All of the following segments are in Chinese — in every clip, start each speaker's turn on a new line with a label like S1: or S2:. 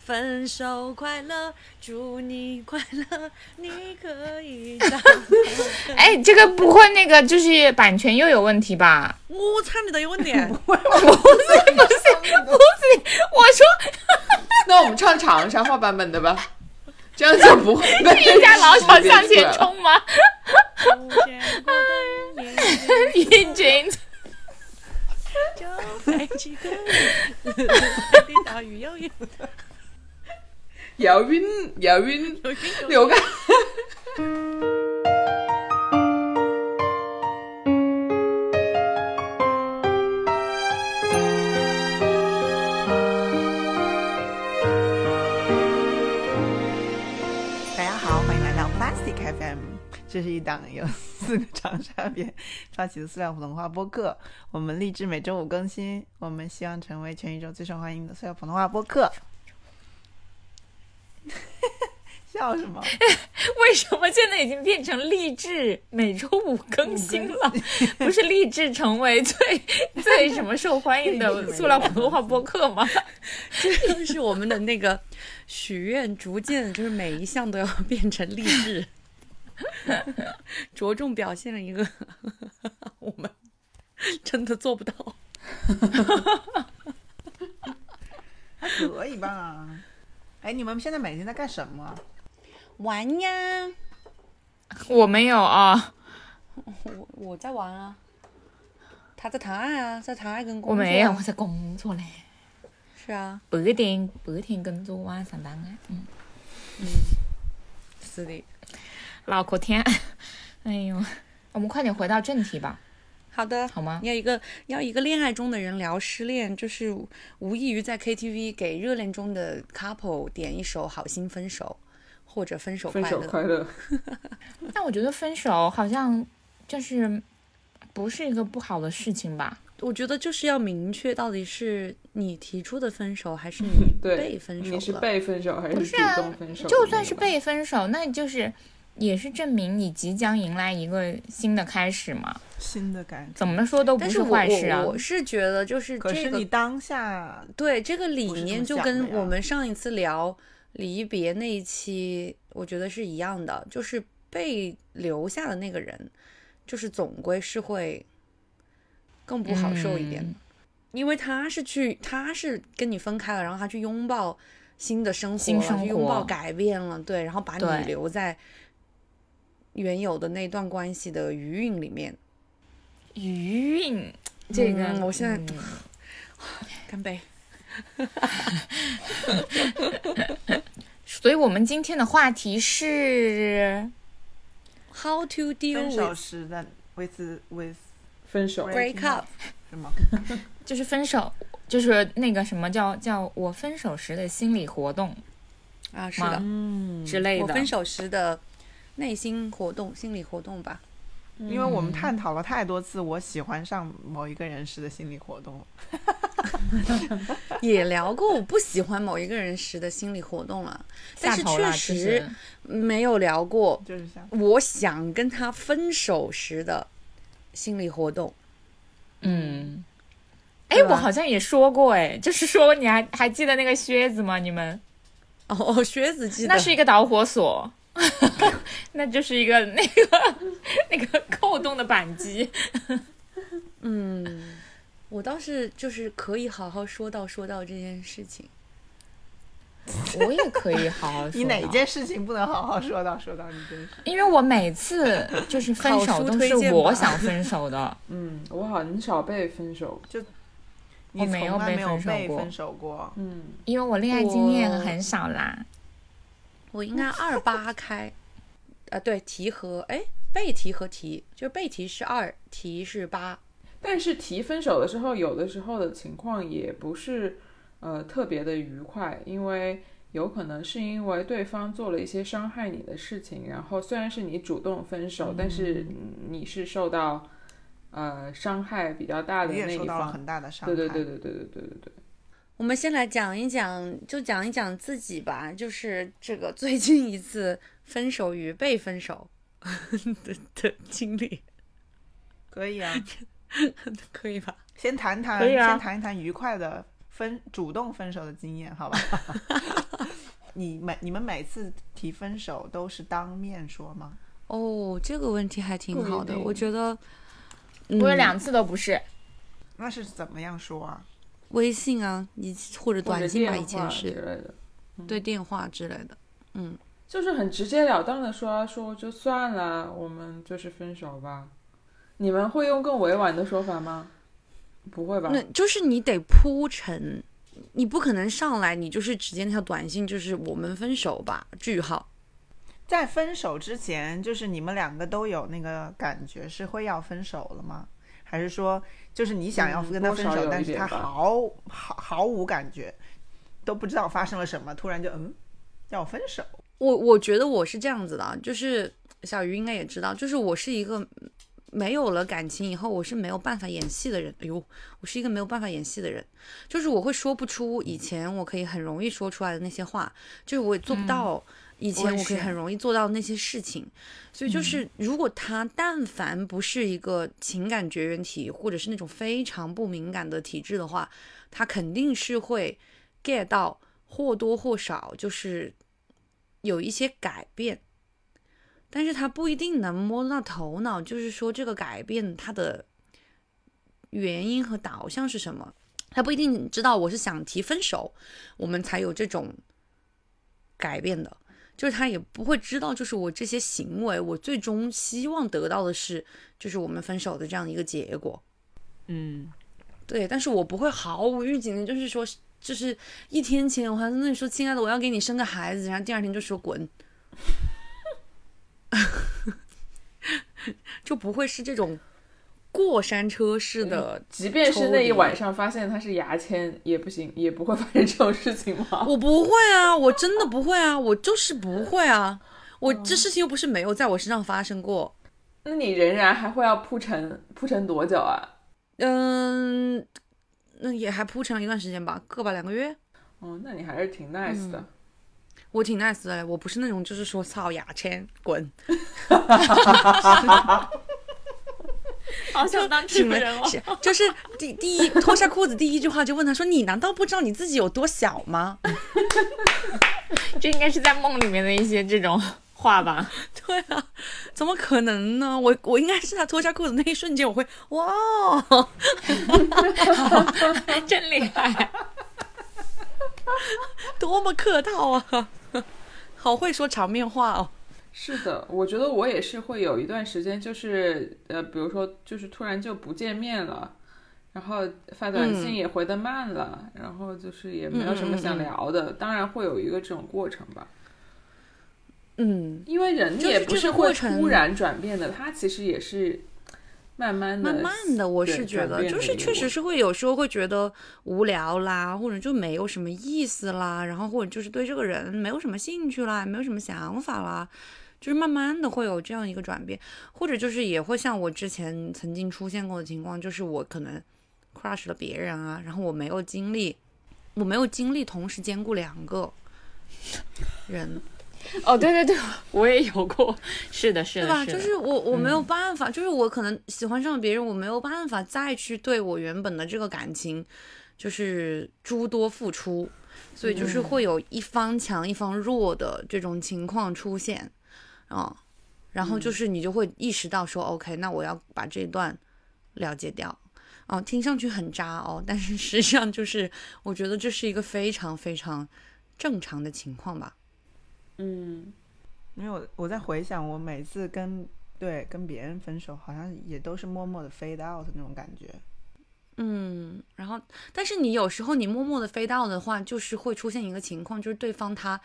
S1: 分手快乐，祝你快乐，你可以找到
S2: 哎，这个不会那个就是版权又有问题吧？
S1: 我操你的优点，
S2: 不是，我说
S3: 那我们唱长沙话版本的吧，这样就不会 被
S2: 一家老小向
S3: 识
S2: 前
S3: 别出来了。
S2: 冲吗？
S1: 不见过的眼睛
S2: 眼睛，
S1: 就飞几 个人，海底岛屿有一
S3: 要晕，要晕，
S1: 有一
S3: 流感。
S4: 大家好，欢迎来到 Plastic FM，这是一档由四个长沙边发起的塑料普通话播客。我们立志每周五更新，我们希望成为全宇宙最受欢迎的塑料普通话播客。 笑什么？
S2: 为什么现在已经变成励志每周五更新 了？不是励志成为最最什么受欢迎的塑料普通话播客吗？
S1: 这就是我们的那个许愿，逐渐就是每一项都要变成励志，着重表现了一个 我们真的做不到。
S4: 还可以吧？哎，你们现在每天在干什么？
S1: 玩呀，
S2: 我没有啊，
S1: 我我在玩啊，他在谈爱啊，在谈爱跟工
S2: 我
S1: 作、
S2: 没有，我，在工作嘞。
S1: 是啊，
S2: 白天白天工作，晚上上班啊，嗯，
S1: 是的。
S2: 唠嗑天。哎呦，我们快点回到正题吧，
S1: 好的，
S2: 好吗？
S1: 要一个要一个恋爱中的人聊失恋，就是无异于在 KTV 给热恋中的 couple 点一首《好心分手》，或者《分手快
S3: 分
S1: 乐》
S3: 手快乐，
S2: 但我觉得分手好像就是不是一个不好的事情吧？
S1: 我觉得就是要明确到底是你提出的分手，还 是你
S3: 对
S1: 被分手
S3: 你是
S1: 了。
S3: 被分手还是主
S2: 啊
S3: 动分手？
S2: 就算是被分手，那就是也是证明你即将迎来一个新的开始嘛。
S4: 新的感觉。
S2: 怎么说都不
S1: 但是我
S2: 坏事啊
S1: 我。我是觉得就是
S4: 可
S1: 这
S4: 是你
S1: 个
S4: 当下
S1: 对这个理
S4: 我是这么
S1: 念就
S4: 想的
S1: 跟
S4: 呀
S1: 我们上一次聊离别那一期，我觉得是一样的，就是被留下的那个人，就是总归是会更不好受一点的。
S2: 嗯
S1: 因为他是去，他是跟你分开了，然后他去拥抱新的生活了，
S2: 新生活
S1: 去拥抱改变了，对，然后把
S2: 对
S1: 你留在原有的那段关系的余韵里面。
S2: 余韵，这个、
S1: 嗯我现在
S2: 嗯
S1: 干杯！
S2: 所以我们今天的话题是
S1: How to
S4: 分
S1: deal
S4: 手
S1: with
S4: 时的 with with
S3: 分手
S1: break up？
S4: 什么？
S2: 就是分手，就是那个什么叫叫我分手时的心理活动
S1: 啊，是
S2: 吗
S1: 的，
S4: 嗯，
S2: 之类
S1: 我
S2: 的。
S1: 分手时的内心活动、心理活动吧。
S4: 因为我们探讨了太多次我喜欢上某一个人时的心理活动了。
S1: 也聊过我不喜欢某一个人时的心理活动了，但
S2: 下
S1: 是
S2: 头
S1: 确
S2: 了，就是
S1: 实没有聊过
S4: 就是像
S1: 我想跟他分手时的心理活动。
S2: 嗯。哎
S1: 对，吧
S2: 我好像也说过，哎， 就是说你还还记得那个靴子吗？你们
S1: 哦，靴子记得
S2: 那是一个导火索， 那就是一个 那个那个扣动的扳机。
S1: 嗯，我倒是就是可以好好说到说到这件事情。
S2: 我也可以好好
S4: 你哪件事情不能好好说到说到你真是？
S2: 因为我每次就是分
S1: 好
S2: 手
S1: 书
S2: 都
S1: 推
S2: 是
S1: 荐吧
S2: 我想分手的，
S3: 嗯，我很少被分手。
S4: 你从
S2: 没有
S4: 来
S2: 被
S4: 没有
S2: 分手
S4: 被
S2: 过
S4: 分手过，
S3: 嗯，
S2: 因为我恋爱经验
S1: 我
S2: 很少啦。
S1: 我应该二八开，啊，对，题和哎，背题和题，就是背题是二，题是八。
S3: 但是提分手的时候，有的时候的情况也不是呃特别的愉快，因为有可能是因为对方做了一些伤害你的事情，然后虽然是你主动分
S4: 嗯
S3: 手，但是你是受到呃伤害比较大的
S4: 你也
S3: 那
S4: 受
S3: 一
S4: 到了
S3: 方。
S4: 很大的伤害。
S3: 对对对对对对对对对。
S1: 我们先来讲一讲，就讲一讲自己吧，就是这个最近一次分手与被分手的 的经历，
S4: 可以啊，
S1: 可以吧？
S4: 先谈谈，
S2: 可以啊
S4: 先谈一谈愉快的分主动分手的经验，好吧？你每你们每次提分手都是当面说吗？
S1: 哦，这个问题还挺
S3: 不一
S1: 好的，
S3: 定
S1: 我觉得。
S2: 我有
S1: 嗯
S2: 两次都不是，
S4: 那是怎么样说啊？
S1: 微信啊，你或者
S3: 或者
S1: 短信吧，
S3: 电
S1: 以前
S3: 话之
S1: 是
S3: 类的，
S1: 对电话之类的。
S3: 就是很直截了当的说啊说就算了，我们就是分手吧。你们会用更委婉的说法吗？不会吧？
S1: 那就是你得铺陈，你不可能上来你就是直接那条短信就是我们分手吧，句号。
S4: 在分手之前，就是你们两个都有那个感觉是会要分手了吗？还是说，就是你想要
S3: 嗯
S4: 跟他分
S3: 多少
S4: 手，
S3: 有
S4: 但
S3: 一
S4: 是
S3: 点
S4: 他
S3: 吧
S4: 毫毫毫无感觉，都不知道发生了什么，突然就嗯要分手，
S1: 我我觉得我是这样子的啊，就是小鱼应该也知道，就是我是一个没有了感情以后，我是没有办法演戏的人。哎呦，我是一个没有办法演戏的人，就是我会说不出以前我可以很容易说出来的那些话，就是我也做不到以前我可以很容易做到的那些事情。所以就是，如果他但凡不是一个情感绝缘体，或者是那种非常不敏感的体质的话，他肯定是会 get 到或多或少就是有一些改变，但是他不一定能摸到头脑，就是说这个改变它的原因和导向是什么，他不一定知道我是想提分手，我们才有这种改变的。就是他也不会知道，就是我这些行为，我最终希望得到的是，就是我们分手的这样一个结果。
S4: 嗯，
S1: 对，但是我不会毫无预警的，就是说，就是一天前我还在那里说“亲爱的，我要给你生个孩子”，然后第二天就说“滚”， 就不会是这种过山车式的。
S3: 即便是那一晚上发现他是牙签也不行，也不会发生这种事情吗？
S1: 我不会啊，我真的不会啊，我就是不会啊，我这事情又不是没有在我身上发生过。
S3: 那你仍然还会要铺陈铺陈多久啊？
S1: 嗯，那也还铺陈了一段时间吧，个把两个月。
S3: 哦，那你还是挺 nice
S1: 嗯
S3: 的。
S1: 我挺 nice 的，我不是那种就是说操牙签滚，
S2: 好想当
S1: 醒了，
S2: 哦。
S1: 是就是第第一脱下裤子第一句话就问他说：“你难道不知道你自己有多小吗
S2: 这应该是在梦里面的一些这种话吧？？”
S1: 对啊，怎么可能呢？我我应该是他脱下裤子那一瞬间，我会哇哦，
S2: 真厉害。
S1: 多么客套啊， 好会说场面话哦。
S3: 是的，我觉得我也是会有一段时间，就是呃，比如说就是突然就不见面了，然后发短
S1: 嗯
S3: 信也回的慢了，然后就是也没有什么想聊的，当然会有一个这种过程吧。
S1: 嗯，
S3: 因为人
S1: 就是
S3: 也不
S1: 这个
S3: 会
S1: 过程
S3: 突然转变的，他其实也是慢慢的、
S1: 慢慢的，我是
S3: 对
S1: 觉
S3: 转
S1: 得
S3: 变
S1: 就
S3: 的
S1: 是
S3: 一个
S1: 确实
S3: 过
S1: 是会有时候会觉得无聊啦，或者就没有什么意思啦，然后或者就是对这个人没有什么兴趣啦，没有什么想法啦，就是慢慢的会有这样一个转变，或者就是也会像我之前曾经出现过的情况，就是我可能 crush 了别人啊，然后我没有精力，我没有精力同时兼顾两个人，
S2: 哦，对对对，我也有过。是的，是
S1: 对
S2: 的，
S1: 吧？
S2: 的嗯
S1: 就是我我没有办法，就是我可能喜欢上别人，我没有办法再去对我原本的这个感情，就是诸多付出，所以
S2: 嗯
S1: 就是会有一方强一方弱的这种情况出现，啊、然后
S2: 嗯
S1: 就是你就会意识到说、o k 那我要把这一段了解掉。哦，听上去很渣哦，但是实际上就是，我觉得这是一个非常非常正常的情况吧。
S3: 嗯，
S4: 因为我我在回想，我每次跟对跟别人分手，好像也都是默默的 fade out 那种感觉。
S1: 嗯，然后，但是你有时候你默默的飞到的话，就是会出现一个情况，就是对方他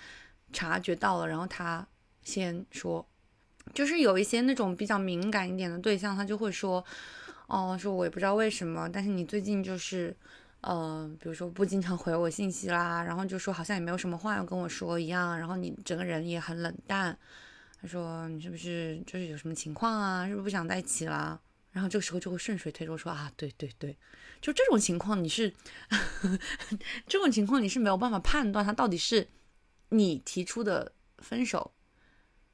S1: 察觉到了，然后他先说，就是有一些那种比较敏感一点的对象，他就会说，哦，说我也不知道为什么，但是你最近就是，呃，比如说不经常回我信息啦，然后就说好像也没有什么话要跟我说一样，然后你整个人也很冷淡，他说你是不是就是有什么情况啊，是不是不想在一起啦？然后这个时候就会顺水推舟说啊，对对对，就这种情况，你是 这种情况你是没有办法判断他到底是你提出的分手，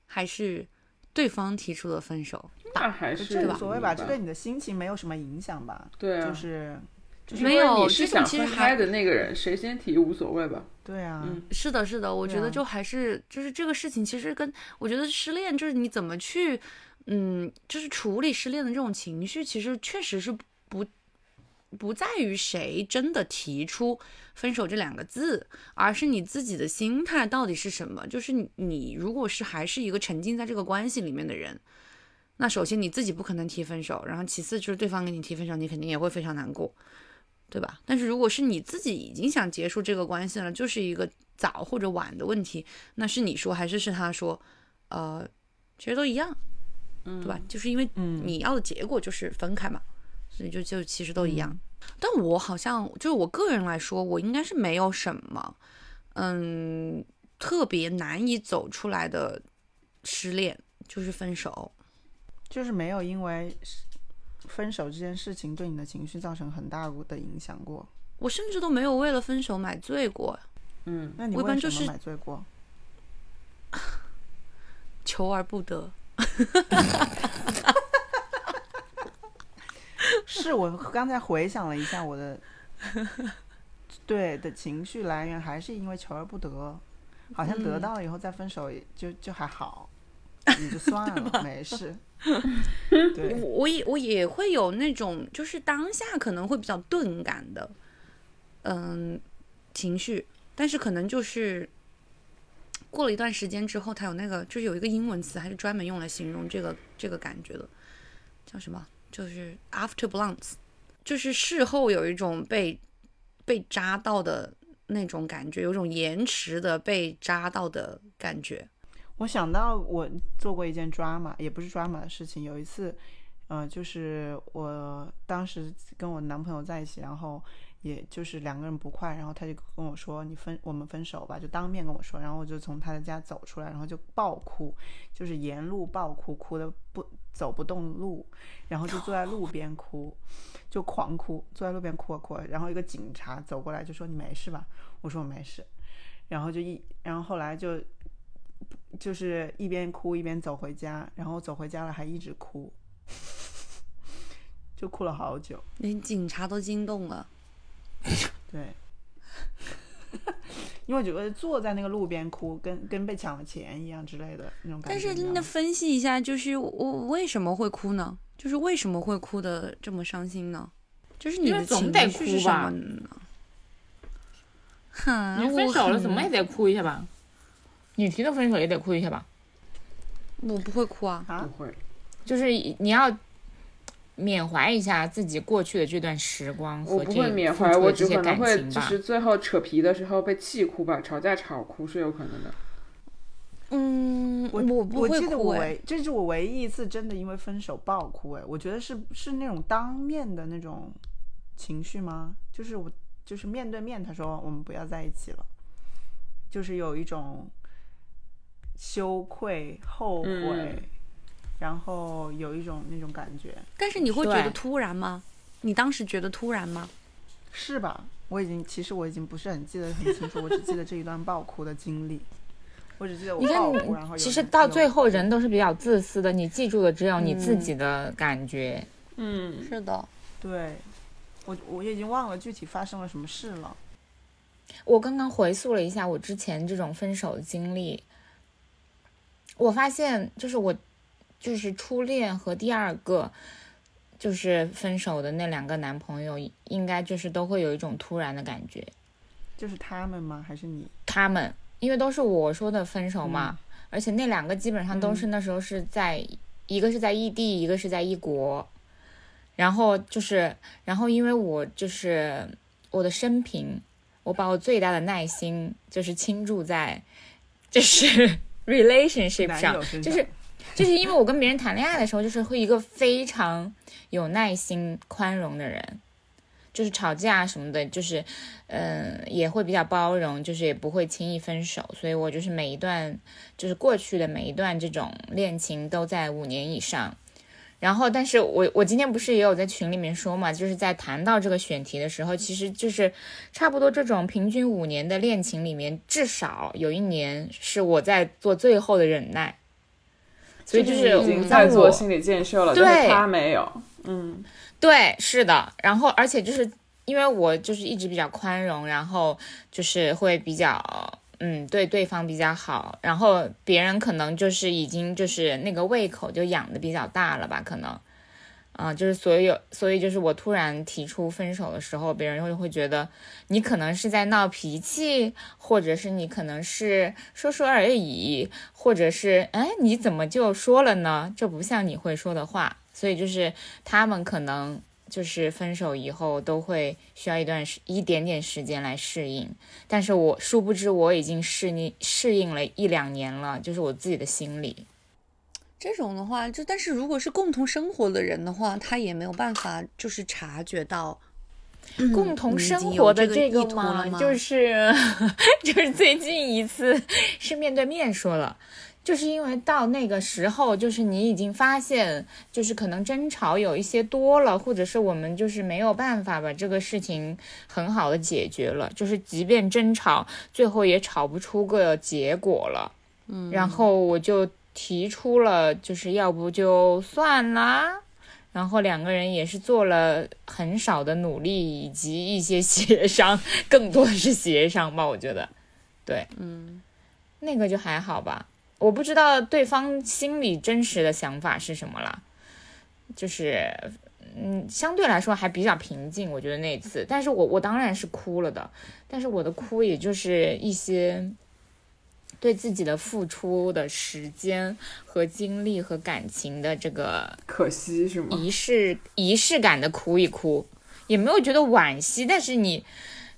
S1: 还是对方提出的分手。
S3: 那还
S4: 就是这无所谓吧，
S3: 吧，
S4: 这对你的心情没有什么影响吧？
S3: 对啊，
S4: 就是
S3: 就是
S2: 没
S3: 因为
S2: 有
S3: 你是
S1: 这种
S3: 想
S1: 其实
S3: 分
S1: 还
S3: 开的那个人，谁先提无所谓吧。
S4: 对啊，
S3: 嗯
S1: 是的，是的，我
S4: 对
S1: 觉得
S4: 啊
S1: 就还是就是这个事情，其实跟我觉得失恋就是你怎么去，嗯，就是处理失恋的这种情绪，其实确实是不不在于谁真的提出分手这两个字，而是你自己的心态到底是什么。就是你你如果是还是一个沉浸在这个关系里面的人，那首先你自己不可能提分手，然后其次就是对方跟你提分手，你肯定也会非常难过，对吧？但是如果是你自己已经想结束这个关系了，就是一个早或者晚的问题，那是你说还是是他说，呃，其实都一样，对吧？就是因为
S4: 嗯
S1: 你要的结果就是分开嘛，所以就就其实都一样。但我好像就是我个人来说，我应该是没有什么，嗯，特别难以走出来的失恋，就是分手。
S4: 就是没有因为分手这件事情对你的情绪造成很大的影响过。
S1: 我甚至都没有为了分手买醉过，
S3: 嗯，
S4: 那你
S1: 我一般
S4: 为
S1: 就
S4: 什么
S1: 是
S4: 买醉过？
S1: 求而不得。
S4: 是我刚才回想了一下 我的对的情绪来源，还是因为求而不得，好像
S1: 嗯
S4: 得到了以后再分手也就就还好，也就算 了，没事。
S1: 我
S4: 对，
S1: 我也我也会有那种就是当下可能会比较钝感的，嗯，情绪，但是可能就是过了一段时间之后，它有那个就是有一个英文词，还是专门用来形容这个这个感觉的，叫什么？就是 after blunt，就是事后有一种被被扎到的那种感觉，有种延迟的被扎到的感觉。
S4: 我想到我做过一件抓马，也不是抓马的事情。有一次，呃，就是我当时跟我男朋友在一起，然后也就是两个人不快，然后他就跟我说：“你分我们分手吧。”就当面跟我说，然后我就从他的家走出来，然后就爆哭，就是沿路爆哭，哭的不走不动路，然后就坐在路边哭，就狂哭，坐在路边哭啊哭啊。然后一个警察走过来就说：“你没事吧？”我说：“我没事。”然后就一，然后后来就就是一边哭一边走回家，然后走回家了还一直哭，就哭了好久。
S1: 连警察都惊动了，
S4: 对，因为我觉得坐在那个路边哭，跟跟被抢了钱一样之类的那种感
S1: 但
S4: 觉。
S1: 是
S4: 你知道
S1: 那
S4: 吗
S1: 分析一下，就是我我为什么会哭呢？就是为什么会哭的这么伤心呢？就是你
S2: 因为
S1: 的
S2: 总
S1: 情
S2: 得
S1: 绪
S2: 哭
S1: 是什
S2: 吧
S1: 么呢？哈，
S2: 你分
S1: 我
S2: 手了，
S1: 很
S2: 怎么也得哭一下吧？你提到分手也得哭一下吧？
S1: 我不会哭啊？
S4: 啊
S3: 不，会，
S2: 就是你要缅怀一下自己过去的这段时光
S3: 我
S2: 和
S3: 不
S2: 这
S3: 会缅
S2: 付
S3: 怀，
S2: 出
S3: 我
S2: 的
S3: 只
S2: 这些
S3: 可能
S2: 感
S3: 会
S2: 情
S3: 就
S2: 吧。
S3: 是最后扯皮的时候被气哭吧，吵架吵哭是有可能的。
S1: 嗯，
S4: 我
S1: 不
S4: 我
S1: 会
S4: 记得
S1: 哭
S4: 我
S1: 哎、
S4: 唯这是我唯一一次真的因为分手爆哭哎，我觉得是是那种当面的那种情绪吗？就是我就是面对面，他说我们不要在一起了，就是有一种羞愧、后悔，
S3: 嗯
S4: 然后有一种那种感觉，
S1: 但是你会觉
S2: 对
S1: 得突然吗？你当时觉得突然吗？
S4: 是吧？我已经其实我已经不是很记得很清楚，我只记得这一段爆哭的经历，我只记得我
S2: 你看
S4: 爆
S2: 你
S4: 哭，然后有
S2: 其实
S4: 人
S2: 到
S4: 有
S2: 最后，人都是比较自私的，你记住的只有你自己的感觉。
S3: 嗯，
S1: 是的，
S4: 对我我已经忘了具体发生了什么事了。
S2: 我刚刚回溯了一下我之前这种分手的经历，我发现就是我就是初恋和第二个就是分手的那两个男朋友，应该就是都会有一种突然的感觉。
S4: 就是他们吗？还是你？
S2: 他们，因为都是我说的分手嘛，而且那两个基本上都
S4: 嗯
S2: 是那时候是在、一个是在异地，一个是在异国，然后就是，然后因为我就是我的生平，我把我最大的耐心就是倾注在就是 relationship
S4: 男
S2: 上
S4: 友，身上
S2: 就是就是因为我跟别人谈恋爱的时候，就是会一个非常有耐心、宽容的人，就是吵架什么的，就是嗯、呃也会比较包容，就是也不会轻易分手。所以我就是每一段，就是过去的每一段这种恋情都在五年以上。然后，但是我我今天不是也有在群里面说嘛，就是在谈到这个选题的时候，其实就是差不多这种平均五年的恋情里面，至少有一年是我在做最后的忍耐。所以就
S3: 你
S2: 是
S3: 已经
S2: 当
S3: 在做
S2: 我
S3: 心理建设了，
S2: 对
S3: 但是他没有。嗯，
S2: 对，是的。然后，而且就是因为我就是一直比较宽容，然后就是会比较嗯对对方比较好，然后别人可能就是已经就是那个胃口就养的比较大了吧，可能。啊、就是所有，所以就是我突然提出分手的时候，别人会会觉得你可能是在闹脾气，或者是你可能是说说而已，或者是哎你怎么就说了呢？这不像你会说的话，所以就是他们可能就是分手以后都会需要一段时一点点时间来适应，但是我殊不知我已经适应适应了一两年了，就是我自己的心理，
S1: 这种的话，就但是如果是共同生活的人的话，他也没有办法就是察觉到
S2: 共同
S1: 嗯你已
S2: 生
S1: 经有
S2: 活的
S1: 这个
S2: 这
S1: 意
S2: 个
S1: 图
S2: 嘛
S1: 了，吗
S2: 就是 就是最近一次是面对面说了，就是因为到那个时候，就是你已经发现，就是可能争吵有一些多了，或者是我们就是没有办法把这个事情很好的解决了，就是即便争吵，最后也吵不出个结果了。嗯，然后我就提出了，就是要不就算啦。然后两个人也是做了很少的努力以及一些协商，更多是协商吧，我觉得，对，嗯，那个就还好吧，我不知道对方心里真实的想法是什么啦，就是，嗯，相对来说还比较平静，我觉得那一次，但是我我当然是哭了的，但是我的哭也就是一些对自己的付出的时间和精力和感情的这个
S3: 可惜是吗？
S2: 仪式仪式感的哭一哭，也没有觉得惋惜，但是你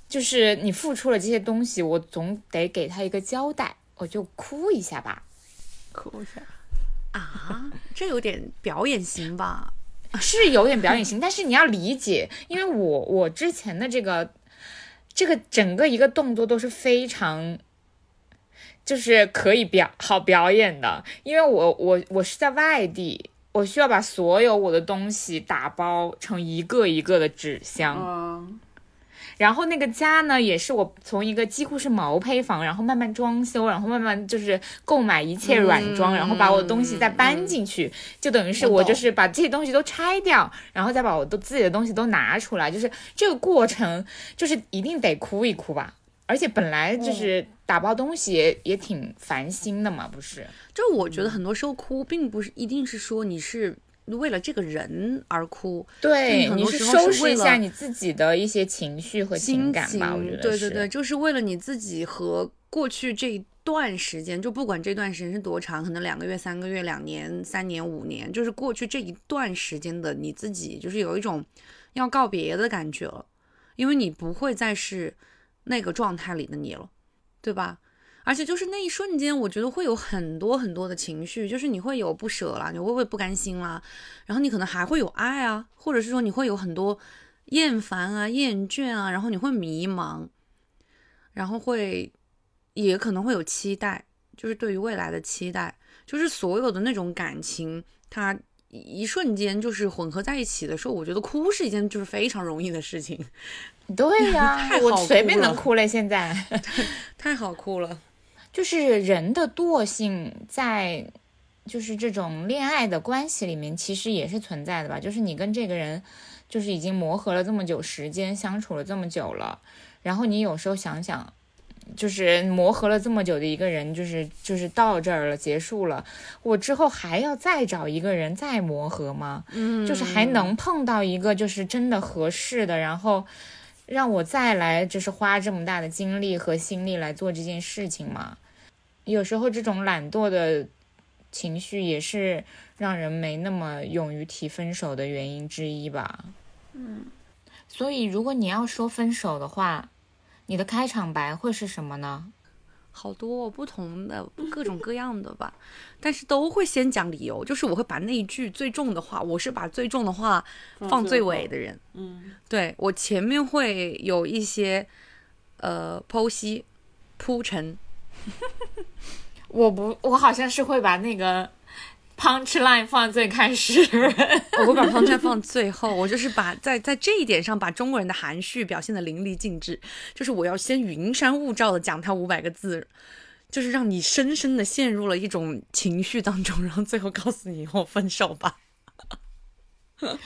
S2: 就是你付出了这些东西，我总得给他一个交代，我就哭一下吧。
S4: 哭一下。
S1: 啊，这有点表演型吧？
S2: 是有点表演型，但是你要理解，因为我我之前的这个这个整个一个动作都是非常。就是可以表好表演的，因为我我我是在外地，我需要把所有我的东西打包成一个一个的纸箱，
S3: 嗯，
S2: 然后那个家呢，也是我从一个几乎是毛坯房，然后慢慢装修，然后慢慢就是购买一切软装，然后把我的东西再搬进
S1: 嗯
S2: 去，就等于是
S1: 我
S2: 我
S1: 懂
S2: 就是把这些东西都拆掉，然后再把我都自己的东西都拿出来，就是这个过程，就是一定得哭一哭吧。而且本来就是打包东西也、也挺烦心的嘛，不是？
S1: 就我觉得很多时候哭，并不是一定是说你是为了这个人而哭，
S2: 对，
S1: 就很
S2: 你
S1: 多
S2: 是
S1: 时候是
S2: 收拾
S1: 为
S2: 一下
S1: 了
S2: 你自己的一些情绪和情
S1: 心
S2: 感
S1: 情
S2: 吧，我觉得
S1: 对
S2: 是
S1: 对对，就是为了你自己和过去这一段时间，就不管这段时间是多长，可能两个月、三个月、两年、三年、五年，就是过去这一段时间的你自己，就是有一种要告别的感觉了，因为你不会再是那个状态里的你了，对吧？而且就是那一瞬间，我觉得会有很多很多的情绪，就是你会有不舍啦，你会为不甘心啦，然后你可能还会有爱啊，或者是说你会有很多厌烦啊、厌倦啊，然后你会迷茫，然后会也可能会有期待，就是对于未来的期待，就是所有的那种感情，它一一瞬间就是混合在一起的时候，我觉得哭是一件就是非常容易的事情，
S2: 对呀、
S1: 太
S2: 我
S1: 好
S2: 随
S1: 哭
S2: 便能
S1: 了
S2: 哭了，现在。
S1: 太好哭了。
S2: 就是人的惰性在。就是这种恋爱的关系里面，其实也是存在的吧。就是你跟这个人，就是已经磨合了这么久时间，相处了这么久了，然后你有时候想想，就是磨合了这么久的一个人，就是就是到这儿了，结束了，我之后还要再找一个人再磨合吗？嗯，就是还能碰到一个就是真的合适的，然后让我再来就是花这么大的精力和心力来做这件事情吗？有时候这种懒惰的情绪也是让人没那么勇于提分手的原因之一吧。嗯，所以如果你要说分手的话，你的开场白会是什么呢？
S1: 好多、不同的各种各样的吧， 但是都会先讲理由，就是我会把那一句最重的话，我是把最重的话放最尾的人，
S3: 嗯，
S1: 对我前面会有一些呃剖析、铺陈，
S2: 我不，我好像是会把那个 punch line 放最开始。
S1: 我会把方针放最后，我就是把在在这一点上把中国人的含蓄表现的淋漓尽致，就是我要先云山雾罩的讲他五百个字。就是让你深深的陷入了一种情绪当中，然后最后告诉你以后分手吧。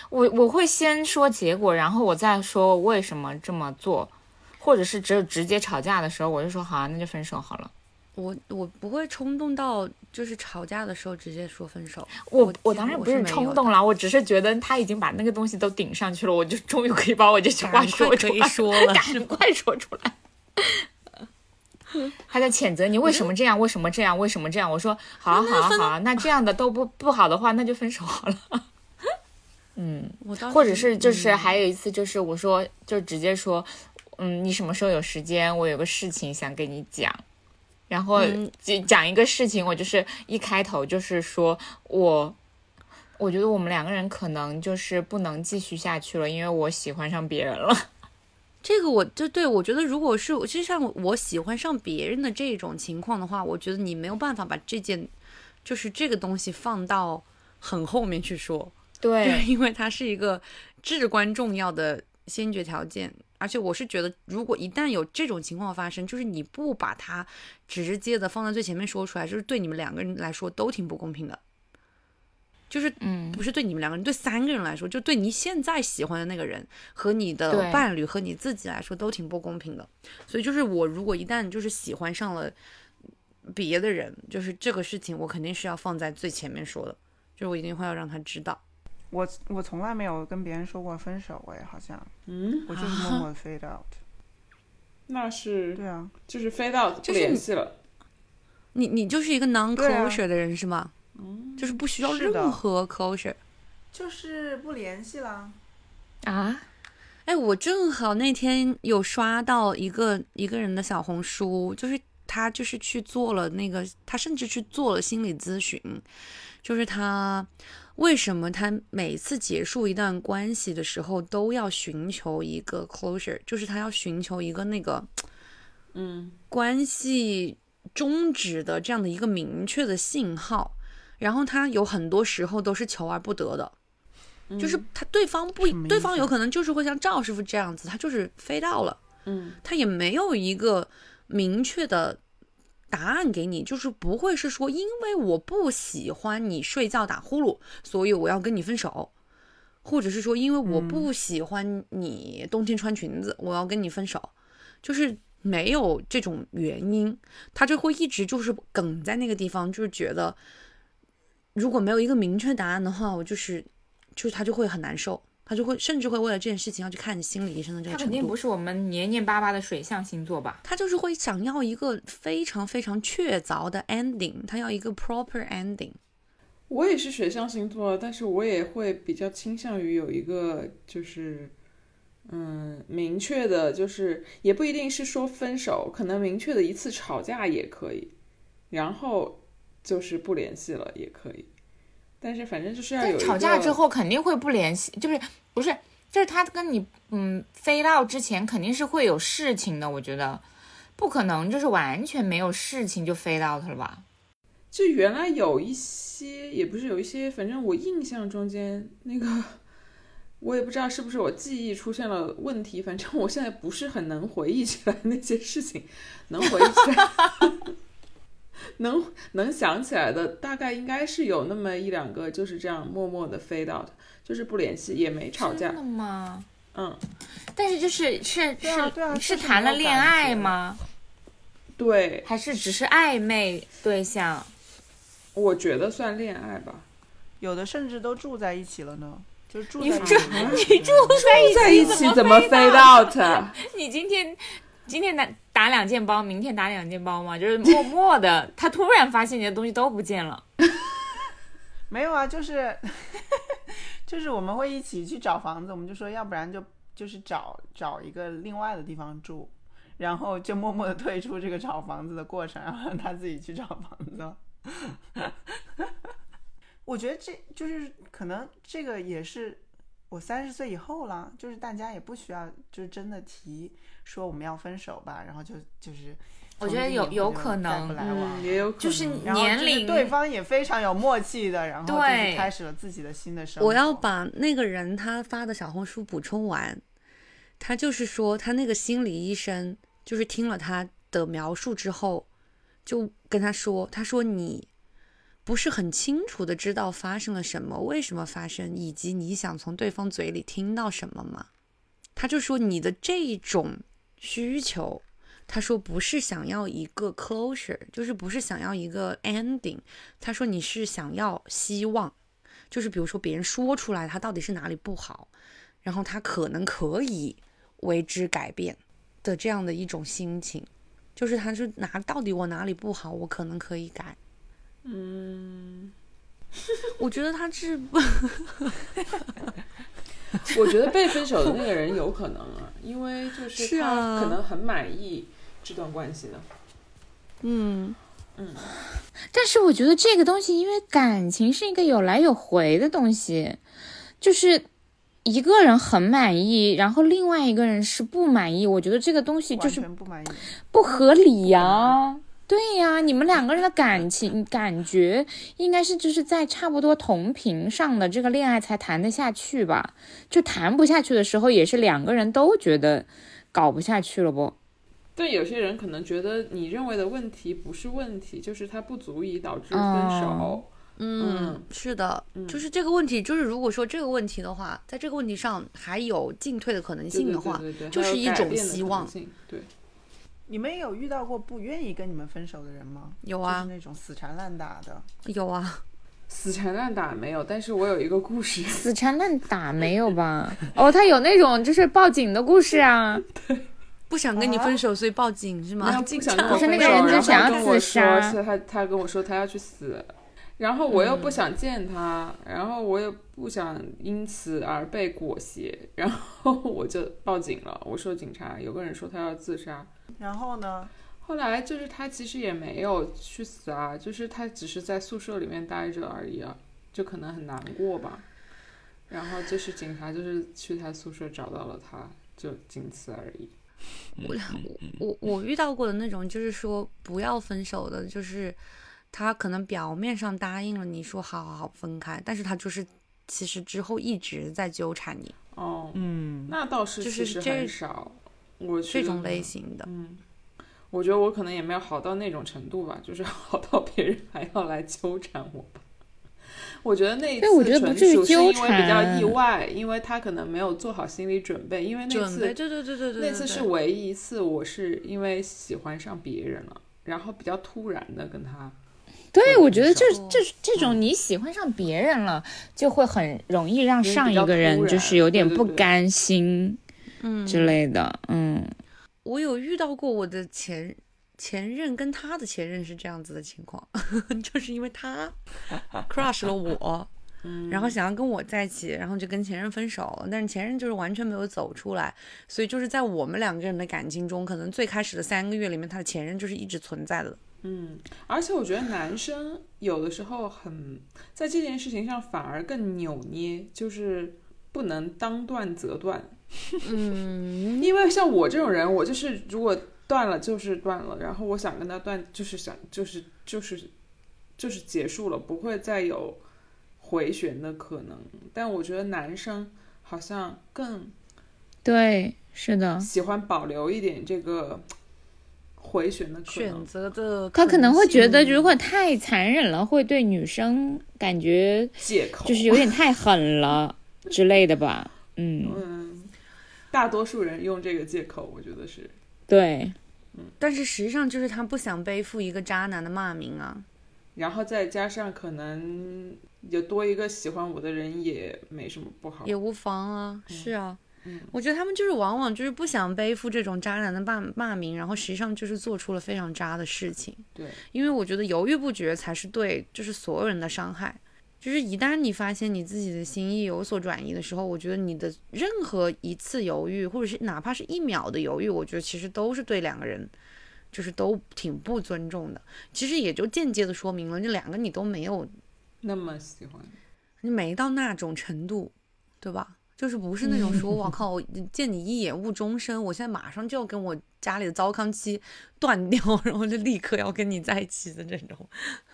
S2: 我我会先说结果，然后我再说为什么这么做，或者是只有直接吵架的时候，我就说好、啊，那就分手好了。
S1: 我我不会冲动到就是吵架的时候直接说分手。
S2: 我
S1: 我
S2: 当然不
S1: 是
S2: 是冲动啦，我只是觉得他已经把那个东西都顶上去了，我就终于可以把我这句话说出
S1: 可以
S2: 来，
S1: 说 了，
S2: 赶快说出来。他在谴责你为什么这样，为什么这样，为什么这样？我说好啊好啊好啊，那这样的都不不好的话，那就分手好了。嗯，
S1: 我嗯当时
S2: 或者是就是还有一次就是我说就直接说，嗯，你什么时候有时间？我有个事情想跟你讲。然后
S1: 嗯
S2: 就讲一个事情，我就是一开头就是说我，我觉得我们两个人可能就是不能继续下去了，因为我喜欢上别人了。
S1: 这个我就对我觉得，如果是就像我喜欢上别人的这种情况的话，我觉得你没有办法把这件就是这个东西放到很后面去说，就是
S2: 对，
S1: 因为它是一个至关重要的先决条件。而且我是觉得，如果一旦有这种情况发生，就是你不把它直接的放在最前面说出来，就是对你们两个人来说都挺不公平的。就是
S2: 嗯，
S1: 不是对你们两个人，对三个人来说，就对你现在喜欢的那个人和你的
S2: 对
S1: 伴侣和你自己来说都挺不公平的。所以就是我如果一旦就是喜欢上了别的人，就是这个事情我肯定是要放在最前面说的，就是我一定会要让他知道。
S4: 我我从来没有跟别人说过分手，我也好像
S3: 嗯，
S4: 我就是默默 fade out。
S3: 那是
S4: 对啊，
S3: 就是飞到不
S1: 就是你
S3: 联系了。
S1: 你你就是一个 non
S4: 对啊
S1: closure 的人、是吗？就是不需要
S4: 是的
S1: 任何 closure。
S4: 就是不联系啦。
S2: 啊，
S1: 哎，我正好那天有刷到一个一个人的小红书，就是他就是去做了那个，他甚至去做了心理咨询，就是他为什么他每次结束一段关系的时候都要寻求一个 closure，就是他要寻求一个那个
S3: 嗯，
S1: 关系终止的这样的一个明确的信号，然后他有很多时候都是求而不得的。
S3: 嗯
S1: 就是他对方不
S4: 什么，
S1: 对
S4: 意
S1: 方
S4: 思啊
S1: 有可能就是会像赵师傅这样子，他就是飞到了，
S3: 嗯
S1: 他也没有一个明确的答案给你，就是不会是说因为我不喜欢你睡觉打呼噜，所以我要跟你分手，或者是说因为我
S2: 嗯
S1: 不喜欢你冬天穿裙子，我要跟你分手，就是没有这种原因，他就会一直就是梗在那个地方，就是觉得如果没有一个明确答案的话，我就是就是他就会很难受。他就会甚至会为了这件事情要去看心理医生的这
S2: 他
S1: 个程度。
S2: 肯定不是我们黏黏巴巴的水象星座吧？
S1: 他就是会想要一个非常非常确凿的 ending，他要一个 proper ending。
S3: 我也是水象星座，但是我也会比较倾向于有一个就是，嗯，明确的，就是也不一定是说分手，可能明确的一次吵架也可以，然后就是不联系了也可以，但是反正就是要有
S2: 但
S3: 一
S2: 吵架
S3: 个
S2: 之，后肯定会不联系，就是不是就是他跟你嗯飞到之前肯定是会有事情的，我觉得不可能就是完全没有事情就飞到他了吧？
S3: 就原来有一些也不是有一些，反正我印象中间那个。我也不知道是不是我记忆出现了问题，反正我现在不是很能回忆起来那些事情，能回忆起来 能能想起来的，大概应该是有那么一两个，就是这样默默的飞到的，就是不联系，也没吵
S2: 真
S3: 架
S2: 的。吗？
S3: 嗯，
S2: 但是就是是是、
S4: 对啊对啊
S2: 是
S4: 就是
S2: 谈
S4: 没
S2: 了
S4: 有
S2: 恋
S4: 感
S2: 爱
S4: 觉
S2: 吗？
S3: 对，
S2: 还是只是暧昧对象？
S3: 我觉得算恋爱吧。
S4: 有的甚至都住在一起了呢，就住在
S2: 你
S4: 一
S2: 住
S4: 起 了。
S2: 你住在一起
S3: 啊在一起怎么
S2: fade
S3: fade
S2: out？
S3: out？
S2: 你今天今天打打两件包，明天打两件包吗？就是 默默的，他突然发现你的东西都不见了。
S4: 没有啊，就是 就是我们会一起去找房子，我们就说要不然就就是找找一个另外的地方住，然后就默默的退出这个找房子的过程，然后让他自己去找房子了。 我觉得这就是可能这个也是我三十岁以后啦，就是大家也不需要就是真的提说我们要分手吧，然后就就是
S2: 我觉得
S4: 从今以
S2: 有
S4: 后
S2: 有
S4: 就
S2: 可
S4: 再不
S2: 能
S4: 来往了
S3: 嗯， 也有可能
S2: 就是
S4: 然后
S2: 年
S4: 就是
S2: 龄
S4: 对方也非常有默契的，然后就是
S2: 对
S4: 开始了自己的新的生活。
S1: 我要把那个人他发的小红书补充完，他就是说他那个心理医生就是听了他的描述之后，就跟他说，他说你不是很清楚的知道发生了什么，为什么发生，以及你想从对方嘴里听到什么吗？他就说你的这种需求，他说不是想要一个 closure，就是不是想要一个 ending，他说你是想要希望，就是比如说别人说出来他到底是哪里不好，然后他可能可以为之改变的这样的一种心情，就是他是哪到底我哪里不好，我可能可以改。
S3: 嗯，
S1: 我觉得他是
S3: 我觉得被分手的那个人有可能啊，因为就是
S1: 是啊
S3: 他可能很满意这段关系的。
S1: 嗯，
S2: 但是我觉得这个东西，因为感情是一个有来有回的东西，就是一个人很满意，然后另外一个人是不满意，我觉得这个东西就
S4: 完
S2: 是
S4: 全嗯不满意。
S2: 不合理呀、对呀、你们两个人的感情感觉应该是就是在差不多同频上的这个恋爱才谈得下去吧？就谈不下去的时候，也是两个人都觉得搞不下去了不？
S3: 对有些人可能觉得你认为的问题不是问题，就是它不足以导致分手。嗯
S1: 嗯，是的，就是这个问题，就是如果说这个问题的话，在这个问题上还有进退的可能
S3: 对
S1: 性
S3: 对
S1: 的话，
S3: 对对对
S1: 就是
S3: 还有
S1: 一
S3: 改
S1: 种
S3: 变的
S1: 希
S3: 可
S1: 望
S3: 能性。对，
S4: 你们有遇到过不愿意跟你们分手的人吗？
S1: 有
S4: 就是
S1: 啊，
S4: 那种死缠烂打的。
S1: 有啊，
S3: 死缠烂打没有，但是我有一个故事，
S2: 死缠烂打没有吧？哦，他有那种就是报警的故事啊，
S1: 不想跟你
S3: 啊
S1: 分手，所以报警是
S3: 然
S1: 吗
S3: 后？不想跟我
S2: 不是
S3: 分
S2: 那
S3: 手，
S2: 个人就
S3: 然后
S2: 想要
S3: 跟我
S2: 自
S3: 说
S2: 杀
S3: 他他他跟我说他要去死，然后我又
S2: 嗯
S3: 不想见他，然后我也不想因此而被裹挟，然后 我就报警了。我说警察，有个人说他要自杀，
S4: 然后呢？
S3: 后来就是他其实也没有去死啊，就是他只是在宿舍里面待着而已啊，就可能很难过吧。然后就是警察就是去他宿舍找到了他，就仅此而已。
S1: 我
S3: 嗯
S1: 我我遇到过的那种，就是说不要分手的，就是他可能表面上答应了你说好好好分开，但是他就是其实之后一直在纠缠你，
S3: 哦，
S4: 嗯，
S3: 那倒是
S1: 就
S3: 其
S1: 是
S3: 实
S1: 这
S3: 很少，我觉
S1: 这
S3: 得
S1: 种类型的，
S3: 嗯，我觉得我可能也没有好到那种程度吧，就是好到别人还要来纠缠我吧。我觉得那一次
S2: 对我觉得不
S3: 纯
S2: 至于
S3: 属是因
S2: 纠
S3: 为比较
S2: 缠
S3: 意外，因为他可能没有做好心理准备，因为那
S1: 准
S3: 次
S1: 备，对对对对对，
S3: 那次
S1: 对
S3: 是唯一一次我是因为喜欢上别人了，然后比较突然的跟他，
S2: 对，
S3: 嗯
S2: 我觉得这
S1: 哦
S2: 这这种你喜欢上别人了，就会很容易让
S3: 因为
S2: 上
S3: 比
S2: 一
S3: 较
S2: 个人
S3: 突
S2: 就是
S3: 然
S2: 有
S3: 对
S2: 点
S3: 对
S2: 不
S3: 对
S2: 甘心
S1: 嗯
S2: 之类的。嗯，
S1: 我有遇到过我的前前任跟他的前任是这样子的情况， 就是因为他 crush 了我，
S3: 嗯，
S1: 然后想要跟我在一起，然后就跟前任分手了。但是前任就是完全没有走出来，所以就是在我们两个人的感情中，可能最开始的三个月里面，他的前任就是一直存在的。
S3: 嗯，而且我觉得男生有的时候很在这件事情上反而更扭捏，就是不能当断则断，
S1: 嗯，
S3: 因为像我这种人，我就是如果断了就是断了，然后我想跟他断，就是想就是就是就是结束了，不会再有回旋的可能。但我觉得男生好像更
S2: 对，是的，
S3: 喜欢保留一点这个回旋的可
S1: 选
S3: 能。
S1: 择的
S2: 他可能会觉得
S1: 性
S2: 如果太残忍了，会对女生感觉
S3: 借口
S2: 就是有点太狠了之类的吧。嗯，
S3: 嗯，大多数人用这个借口，我觉得是
S2: 对，
S1: 但是实际上就是他不想背负一个渣男的骂名啊。
S3: 然后再加上可能有多一个喜欢我的人也没什么不好，
S1: 也无妨啊，是啊。
S3: 嗯
S1: 我觉得他们就是往往就是不想背负这种渣男的骂骂名，然后实际上就是做出了非常渣的事情。
S3: 对，
S1: 因为我觉得犹豫不决才是对，就是所有人的伤害。就是一旦你发现你自己的心意有所转移的时候，我觉得你的任何一次犹豫，或者是哪怕是一秒的犹豫，我觉得其实都是对两个人，就是都挺不尊重的。其实也就间接的说明了，这两个你都没有
S3: 那么喜欢。
S1: 你没到那种程度，对吧？就是不是那种说，我靠，我见你一眼误终身，我现在马上就要跟我家里的糟糠妻 断掉，然后就立刻要跟你在一起的这种，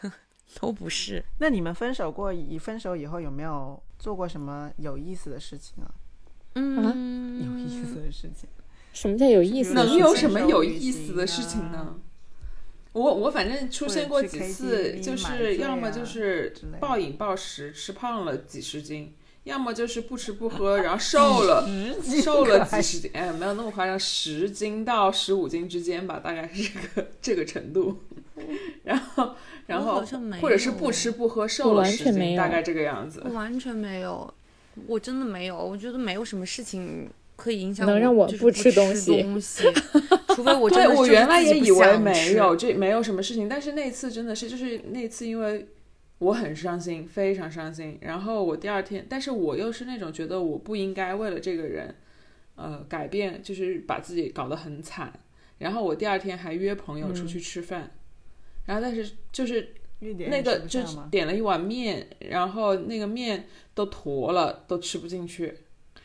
S1: 都不是。
S4: 那你们分手过以分手以后有没有做过什么有意思的事情啊？
S1: 嗯，
S4: 有意 思的事情，
S2: 什么叫有意思的事
S4: 是
S3: 能
S2: 情？
S3: 有什么有意思的事情呢？我我反正出现过几
S4: 或者
S3: 次，
S4: 去 KTV
S3: 就是要么就是
S4: 之类的
S3: 暴饮暴食，吃胖了几十斤，要么就是不吃不喝，然后瘦了。
S4: 十几
S3: 瘦了
S4: 块
S3: 几十斤，哎，没有那么夸张，十斤到十五斤之间吧，大概是这个这个程度。 然后，然
S1: 我
S3: 后
S1: 好像没
S3: 或者是
S1: 有
S3: 不吃不喝，
S2: 我
S3: 瘦了
S2: 完
S3: 十
S2: 全没
S3: 斤，
S2: 有
S3: 大概这个样子
S1: 我。完全没有，我真的没有，我觉得没有什么事情可以影响
S2: 能让
S1: 我
S2: 我
S1: 就是
S2: 不
S1: 吃
S2: 吃东
S1: 西，
S2: 西
S1: 除非我真
S3: 对
S1: 的就
S3: 我
S1: 是
S3: 原来
S1: 自己
S3: 也
S1: 不
S3: 以为
S1: 想
S3: 没
S1: 吃
S3: 有，这没有什么事情。但是那次真的是，就是那次因为我很伤心，非常伤心。然后我第二天，但是我又是那种觉得我不应该为了这个人，呃，改变，就是把自己搞得很惨。然后我第二天还约朋友
S1: 嗯
S3: 出去吃饭，然后但是就是那个就是点了一碗面，然后那个面都坨了，都吃不进去，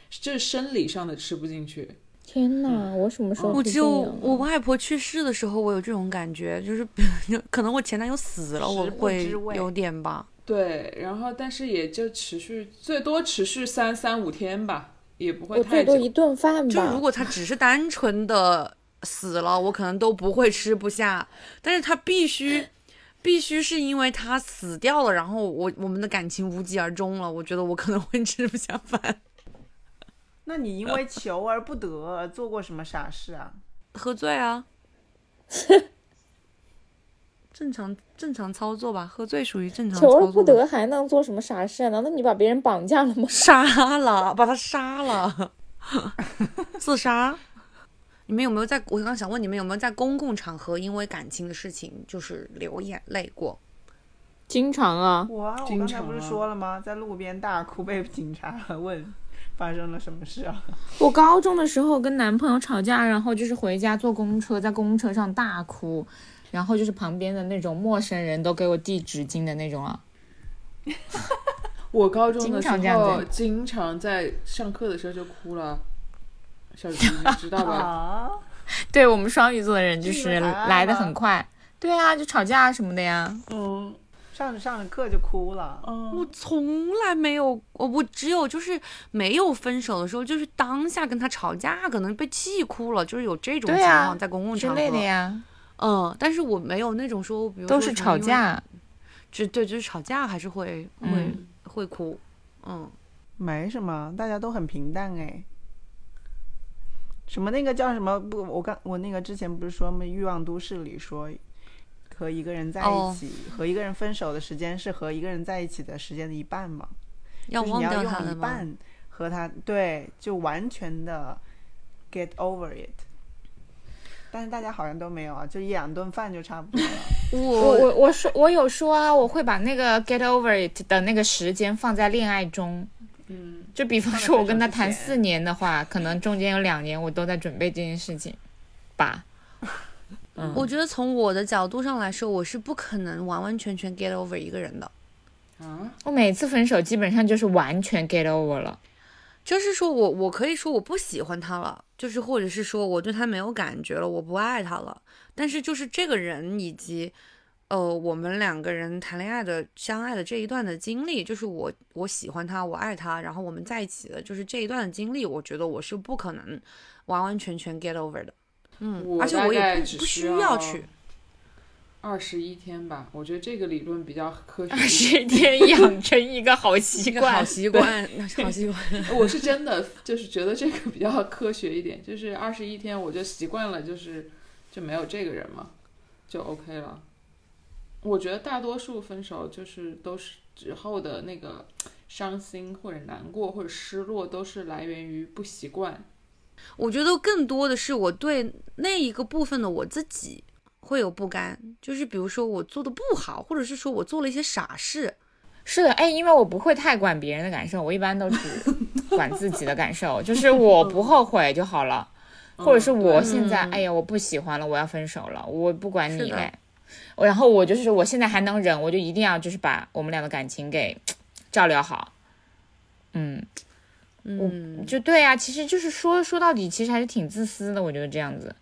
S3: 这是生理上的吃不进去。
S2: 天哪，我什么时候
S1: 我
S2: 不
S1: 哦
S2: 啊
S1: 就
S2: 这样
S1: 我外婆去世的时候，我有这种感觉，就是就 可能我前男友死了，我
S4: 食不
S1: 会
S4: 知味
S1: 有点吧。
S3: 对，然后但是也就持续最多持续三三五天吧，也不会
S2: 我
S3: 太
S2: 最多
S3: 久
S2: 一。顿饭
S1: 就如
S2: 吧。
S1: 果他只是单纯的死了，我可能都不会吃不下，但是他必须。必须是因为他死掉了，然后我我们的感情无疾而终了。我觉得我可能会吃不下饭。
S4: 那你因为求而不得做过什么傻事啊？
S1: 喝醉 啊，正常正常操作吧，喝醉属于正常操
S2: 求
S1: 作。
S2: 而不得还能做什么傻事啊？难道你把别人绑架了吗？
S1: 杀了，把他杀 了，自杀。你们有没有在？我刚想问你们有没有在公共场合因为感情的事情就是流眼泪过？
S2: 经常啊，
S4: 我啊，我
S3: 经
S4: 刚才
S3: 常
S4: 不是
S3: 啊
S4: 说了吗？在路边大哭，被警察问发生了什么事啊？
S2: 我高中的时候跟男朋友吵架，然后就是回家坐公车，在公车上大哭，然后就是旁边的那种陌生人都给我递纸巾的那种啊。
S3: 我高中的
S2: 经
S3: 时
S2: 常这样
S3: 候
S2: 子
S3: 经常在上课的时候就哭了，小菊你知道 吧？
S4: 啊，
S2: 对我们双鱼座的人
S4: 就
S2: 就是是
S4: 来
S2: 来
S4: 得
S2: 的
S4: 很
S2: 很快，对啊，就吵架什么的呀。
S3: 嗯
S4: 上着上着课就哭了。
S1: 我
S3: 嗯，
S1: 从来没有，我我只有就是没有分手的时候，就是当下跟他吵架，可能被气哭了，就是有这种
S2: 对
S1: 情
S2: 啊
S1: 况在公共
S2: 之
S1: 场合。
S2: 类的呀，
S1: 嗯，但是我没有那种说，比如说
S2: 都是
S1: 什么
S2: 吵
S1: 因为，
S2: 架。
S1: 就对，就是吵架还是会会、
S2: 嗯
S1: 会哭，嗯。
S4: 没什么，大家都很平淡哎。什么那个叫什么不？我刚我那个之前不是说吗？《欲望都市》里说，和一个人在
S1: 哦
S4: 一起，和一个人分手的时间是和一个人在一起的时间的一半嘛？
S1: 要
S4: 就是
S1: 忘
S4: 你要
S1: 掉
S4: 用
S1: 他了
S4: 一
S1: 吗？
S4: 半和他对，就完全的 get over it。但是大家好像都没有啊，就一两顿饭就差不多了。
S2: 我
S1: 我
S2: 我我说我有说啊，我会把那个 get over it 的那个时间放在恋爱中。嗯，就比方说我跟他谈四年的话，可能中间有两年我都在准备这件事情，吧。
S1: 我觉得从我的角度上来说，我是不可能完完全全 get over 一个人的。
S3: 啊，
S2: 我每次分手基本上就是完全 get over 了。
S1: 就是说我我可以说我不喜欢他了，就是或者是说我对他没有感觉了，我不爱他了。但是就是这个人以及呃我们两个人谈恋爱的相爱的这一段的经历，就是我我喜欢他，我爱他，然后我们在一起的，就是这一段的经历，我觉得我是不可能完完全全 get over 的。嗯，
S3: 我
S1: 而且
S3: 大
S1: 我也
S3: 概
S1: 不
S3: 只
S1: 不需
S3: 需要
S1: 要去。
S3: 二十一天吧，我觉得这个理论比较科学
S2: 二
S3: 一点。
S2: 十天养成一 个好习
S1: 这个好
S2: 惯，
S1: 习惯， 好习惯。
S3: 我是真的就是觉得这个比较科学一点，就是二十一天我就习惯了，就是就没有这个人嘛，就 OK 了。我觉得大多数分手就是都是之后的那个伤心或者难过或者失落，都是来源于不习惯。
S1: 我觉得更多的是我对那一个部分的我自己会有不甘，就是比如说我做的不好，或者是说我做了一些傻事。
S2: 是的，哎，因为我不会太管别人的感受，我一 般都只管自己的感受，就是我不后悔就好了，
S1: 嗯
S2: 或者是
S3: 嗯
S2: 我现在，哎呀，我不喜欢了，我要分手了，我不管
S1: 是
S2: 你
S1: 的
S2: 嘞。我然后我就是我现在还能忍，我就一定要就是把我们俩的感情给照料好。嗯，
S1: 嗯，
S2: 就对啊，其实就是说说到底，其实还是挺自私的，我觉得这样子。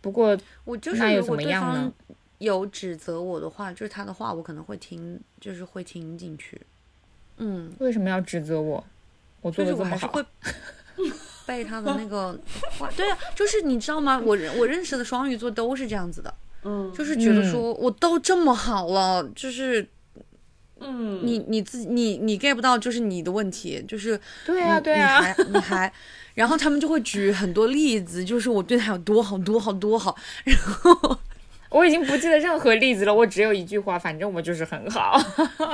S2: 不过
S1: 我就
S2: 那
S1: 是
S2: 又
S1: 如
S2: 怎
S1: 果
S2: 么
S1: 对
S2: 样
S1: 方
S2: 呢
S1: 有指责我的话，就是他的话，我可能会听，就是会听进去。嗯，
S2: 为什么要指责我？我做
S1: 就是
S2: 的
S1: 我
S2: 这么
S1: 还是
S2: 好，
S1: 会被他的那个话，对啊，就是你知道吗？我认我认识的双鱼座都是这样子的，
S3: 嗯
S1: 就是觉得
S2: 嗯
S1: 说我都这么好了，就是
S3: 嗯，
S1: 你你自己你你 get 不到，就是你的问题，就是
S2: 对
S1: 你
S2: 啊，对啊，
S1: 你还你还，然后他们就会举很多例子，就是我对他有多好多好多 好，然后
S2: 我已经不记得任何例子了，我只有一句话，反正我 就是很好。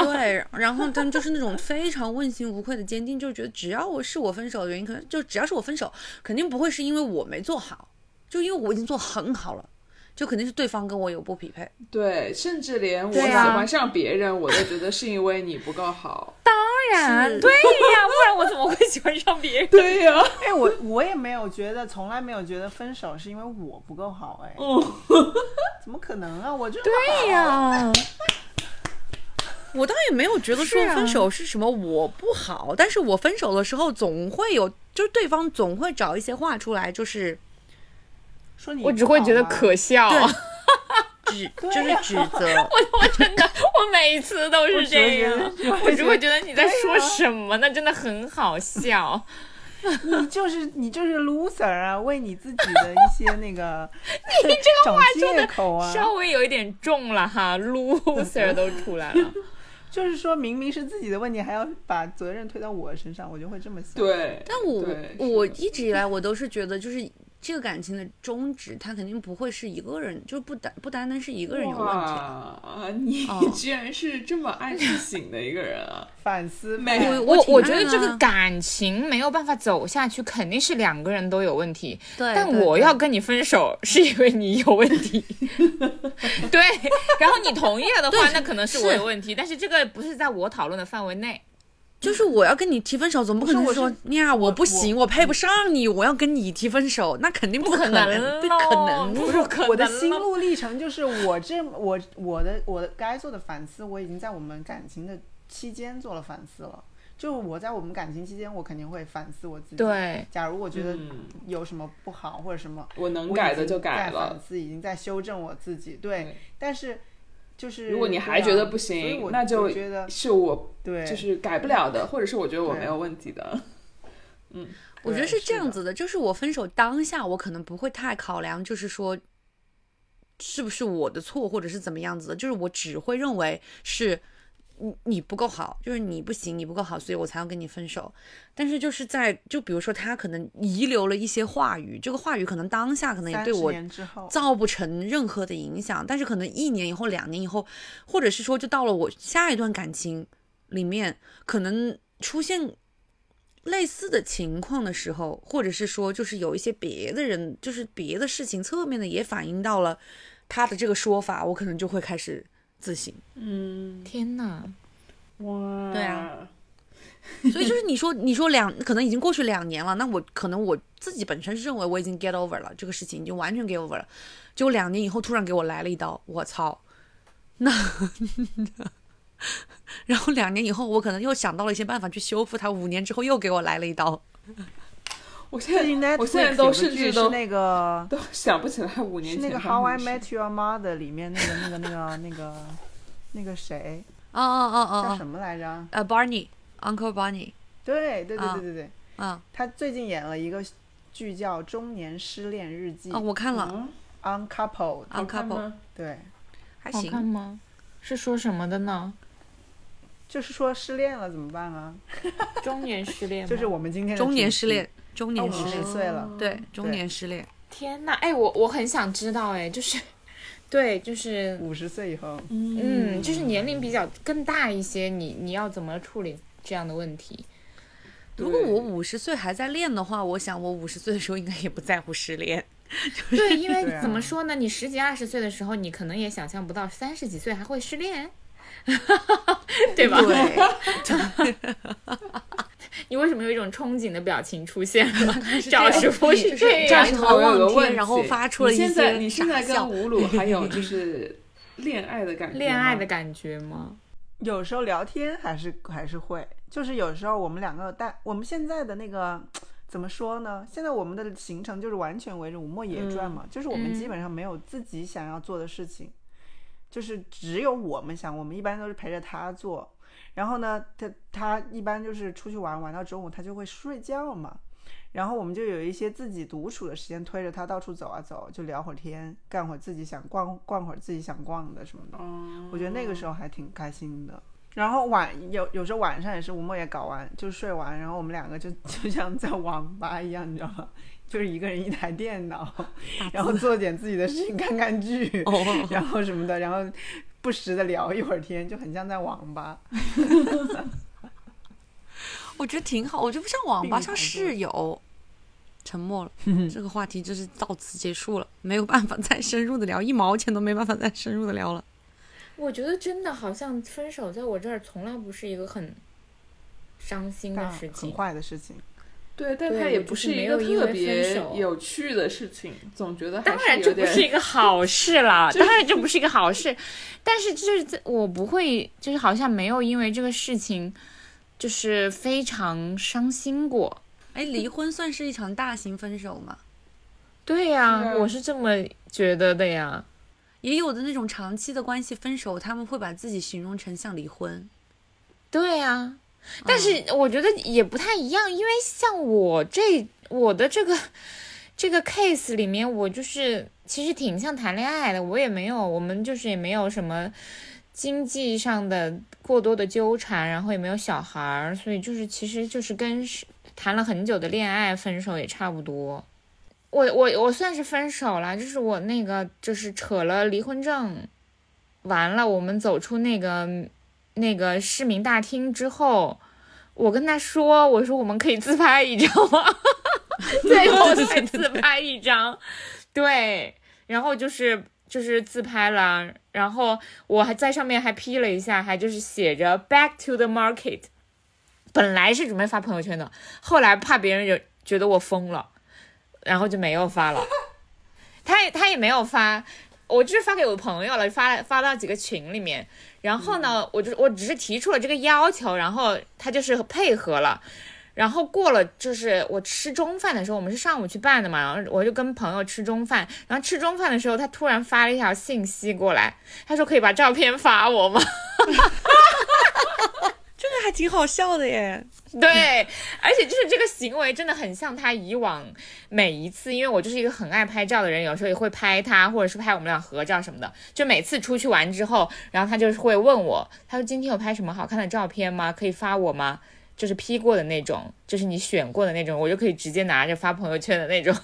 S1: 对，然后他们就是那种非常问心无愧的坚定，就觉得只要我是我分手的原因，可能就只要是我分手，肯定不会是因为我没做好，就因为我已经做很好了，就肯定是对方跟我有不匹配。
S3: 对，甚至连我喜
S2: 对啊
S3: 欢上别人，我都觉得是因为你不够好。
S2: 当 然，
S1: 是
S2: 啊对呀、不然我怎么会喜欢上别人？
S3: 对呀、
S4: 哎，我我也没有觉得，从来没有觉得分手是因为我不够好，哎， 怎么可能啊？我就
S2: 对呀、
S1: 我倒也没有觉得
S2: 是
S1: 说
S2: 啊
S1: 分手是什么我不好，但是我分手的时候总会有，就是对方总会找一些话出来，就是
S4: 说你，
S2: 我只会觉得可，笑。
S1: 对
S2: 我
S1: 指就是指责，
S2: 真的，我每一次都是这样
S4: 我只会觉得，
S2: 我只会觉得你在说什么呢？真的很好笑。
S4: 你就是你就是 loser 啊，为你自己的一些那个 你这个话
S2: 说得
S4: 借口啊，
S2: 稍微有一点重了哈，loser 都出来了。
S4: 就是说明明是自己的问题，还要把责任推到我身上，我就会这么想。，
S3: 对，
S1: 但我
S3: 对
S1: 我
S3: 是的
S1: 一直以来我都是觉得，就是这个感情的终止，它肯定不会是一个人，就是不单不单单是一个人有问题。
S3: 哇，你
S1: 哦
S3: 居然是这么爱自省的一个人啊！
S4: 反思
S3: 没
S4: 派
S1: 我
S2: 我
S1: 挺
S2: 我
S1: 爱
S2: 觉得这个
S1: 啊
S2: 感情没有办法走下去，肯定是两个人都有问题。
S1: 对，
S2: 但
S1: 对
S2: 我
S1: 对
S2: 要跟你分手是因为你有问题，对。然后你同意了的话，那可能是我
S1: 是
S2: 有问题，但是这个不是在我讨论的范围内。
S1: 就是我要跟你提分手，总不可
S4: 是
S1: 能
S4: 我
S1: 说
S4: 是
S1: 呀，我不
S4: 我
S1: 行，我配不上你，我要跟你提分手，那肯定不
S2: 可
S1: 能，
S2: 能
S1: 不
S2: 咯，
S1: 可能。
S2: 不可 能
S4: 我的心
S2: 咯
S4: 路历程就是我这我我的我的该做的反思，我已经在我们感情的期间做了反思了。就我在我们感情期间，我肯定会反思我自己。，
S2: 对，
S4: 假如我觉得
S3: 嗯
S4: 有什么不好或者什么，
S3: 我能
S4: 我已
S3: 改的
S4: 经
S3: 就
S4: 在
S3: 改
S4: 反
S3: 了。
S4: 思已经在修正我自己。对
S3: 对，
S4: 但是就是
S3: 如果你
S4: 对
S3: 还
S4: 啊
S3: 觉得不
S4: 所以
S3: 行，
S4: 我
S3: 那就
S4: 我觉得
S3: 是我
S4: 对，
S3: 就是改不了的，或者是我觉得我
S4: 对
S3: 没有问题的。
S1: 我觉得
S4: 对
S1: 是
S4: 是
S1: 这样
S4: 的
S1: 子的，就是我分手当下，我可能不会太考量，就是说是不是我的错，或者是怎么样子的，就是我只会认为是你你不够好，就是你不行，你不够好，所以我才要跟你分手。但是就是在就比如说他可能遗留了一些话语，这个话语可能当下可能也
S4: 三
S1: 对
S4: 十
S1: 我
S4: 年之后，
S1: 造不成任何的影响，但是可能一年以后、两年以后，或者是说就到了我下一段感情里面，可能出现类似的情况的时候，或者是说就是有一些别的人，就是别的事情侧面的也反映到了他的这个说法，我可能就会开始自省。
S3: 嗯，
S2: 天哪，
S3: 哇，
S1: 对啊，所以就是你说，你说两可能已经过去两年了，那我可能我自己本身是认为我已经 get over 了，这个事情已经完全 get over 了，结果两年以后突然给我来了一刀，我操！那 然后两年以后，我可能又想到了一些办法去修复它，五年之后又给我来了一刀。
S3: 我现
S4: 最近
S3: 在
S4: Netflix
S3: 我现在都
S4: 有个
S3: 甚
S4: 剧
S3: 至
S4: 是
S3: 都
S4: 那个
S3: 都想不起来五年
S4: 是
S3: 前
S4: 那个《
S3: 发生
S4: How
S3: 的
S4: I
S3: 事
S4: Met Your Mother》里面那个那个那个那个那个谁
S1: 哦哦哦哦
S4: 叫什
S1: 哦，
S4: 么来着？
S1: 呃，Barney，Uncle Barney，
S4: 对对对
S1: 啊
S4: 对对对，
S1: 啊
S4: 他最近演了一个剧叫《中年失恋日记
S1: 啊，》我看
S4: 嗯
S1: 了
S3: 啊
S4: （Uncoupled）。
S3: 好看
S1: Uncouple，
S3: 吗？
S4: 对，
S1: 还
S4: 哦
S2: 好看
S1: 行，
S2: 吗？是说什么的呢？
S4: 就是说失恋了怎么办啊？
S2: 中年失恋吗
S4: 就是我们今天的
S1: 哎中年
S4: 主题哦
S1: 失恋，，中年
S4: 五
S1: 失
S4: 十
S1: 恋，
S4: 岁了，
S1: 对，中
S4: 对
S1: 年失恋。
S2: 天哪，哎，我我很想知道，哎，就是， 对，就是，
S4: 五十岁以后，
S2: 嗯，就是年龄比较更大一些，你你要怎么处理这样的问题？
S1: 如果
S3: 对
S1: 我五十岁还在练的话，我想我五十岁的时候应该也不在乎失恋。
S2: 对，因为
S4: 对啊
S2: 怎么说呢，你十几二十岁的时候，你可能也想象不到三十几岁还会失恋， 对吧？ 你为什么有一种憧憬的表情出现 了？赵师傅是这
S1: 赵
S2: 样
S1: 师，
S3: 哎
S1: 傅
S3: 我有
S1: 望
S3: 个问
S1: 天，
S3: 题
S1: 然后发出了一
S3: 你现在你
S1: 些
S3: 现在
S1: 傻
S3: 跟
S1: 笑。
S3: 吴鲁还有就是恋爱的感觉吗，
S2: 恋爱的感觉吗？
S4: 有时候聊天还是还是会，就是有时候我们两个但我们现在的那个怎么说呢？现在我们的行程就是完全围着《吴莫野传》嘛，就是我们基
S2: 嗯
S4: 本上没有自己想要做的事情，就是只有我们想，我们一般都是陪着他做。然后呢，他他一般就是出去玩，玩到中午他就会睡觉嘛。然后我们就有一些自己独处的时间，推着他到处走啊走，就聊会儿天，干会儿自己想逛逛会儿自己想逛的什么的。
S3: 哦
S4: 我觉得那个时候还挺开心的。然后晚有有时候晚上也是，吴莫也搞完就睡完，然后我们两个就 就像在网吧一样，你知道吗？就是一个人一台电脑，然后做点自己的事情，看看剧，
S1: 哦，
S4: 然后什么的，然后不时的聊一会儿天，就很像在网吧。
S1: 我觉得挺好，我觉得不像网吧，像
S4: 并排坐
S1: 室友。沉默了，这个话题就是到此结束了，没有办法再深入的聊，一毛钱都没办法再深入的聊了。
S2: 我觉得真的好像分手在我这儿从来不是一个很伤心的
S4: 但
S2: 事
S4: 很
S2: 情。
S4: 坏的事情，
S3: 对，但
S2: 对
S3: 它
S2: 我
S3: 也
S2: 就
S3: 不
S2: 是
S3: 是
S2: 没
S3: 一
S2: 有
S3: 个
S2: 因为
S3: 特
S2: 分
S3: 别
S2: 手
S3: 有趣的事情，总觉得还
S2: 当然
S3: 有
S2: 这不
S3: 点
S2: 是一个好事啦，当然这不是一个好事，但是就是在我不会，就是好像没有因为这个事情就是非常伤心过。
S1: 哎，离婚算是一场大型分手吗？
S2: 对呀、
S3: 是
S2: 我是这啊么觉得的呀。
S1: 也有的那种长期的关系分手，他们会把自己形容成像离婚。啊
S2: 对呀、但是我觉得也不太一样，因为像我这我的这个这个 case 里面，我就是其实挺像谈恋爱的，我也没有，我们就是也没有什么经济上的过多的纠缠，然后也没有小孩儿，所以就是其实就是跟是谈了很久的恋爱分手也差不多。我我我算是分手了，就是我那个就是扯了离婚证，完了我们走出那个那个市民大厅之后，我跟他说，我说我们可以自拍一张吗？最后才自拍一张，对，然后就是就是自拍了，然后我还在上面还 P 了一下，还就是写着 “Back to the market”。本来是准备发朋友圈的，后来怕别人有觉得我疯了，然后就没有发了。他也他也没有发，我就是发给我朋友了，发发到几个群里面。然后呢，
S1: 嗯
S2: 我就我只是提出了这个要求，然后他就是配合了。然后过了，就是我吃中饭的时候，我们是上午去办的嘛，然后我就跟朋友吃中饭，然后吃中饭的时候，他突然发了一条信息过来，他说可以把照片发我吗？
S1: 这个还挺好笑的耶。
S2: 对，而且就是这个行为真的很像他以往每一次，因为我就是一个很爱拍照的人，有时候也会拍他，或者是拍我们俩合照什么的。就每次出去玩之后，然后他就是会问我，他说今天有拍什么好看的照片吗？可以发我吗？就是 P 过的那种，就是你选过的那种，我就可以直接拿着发朋友圈的那种。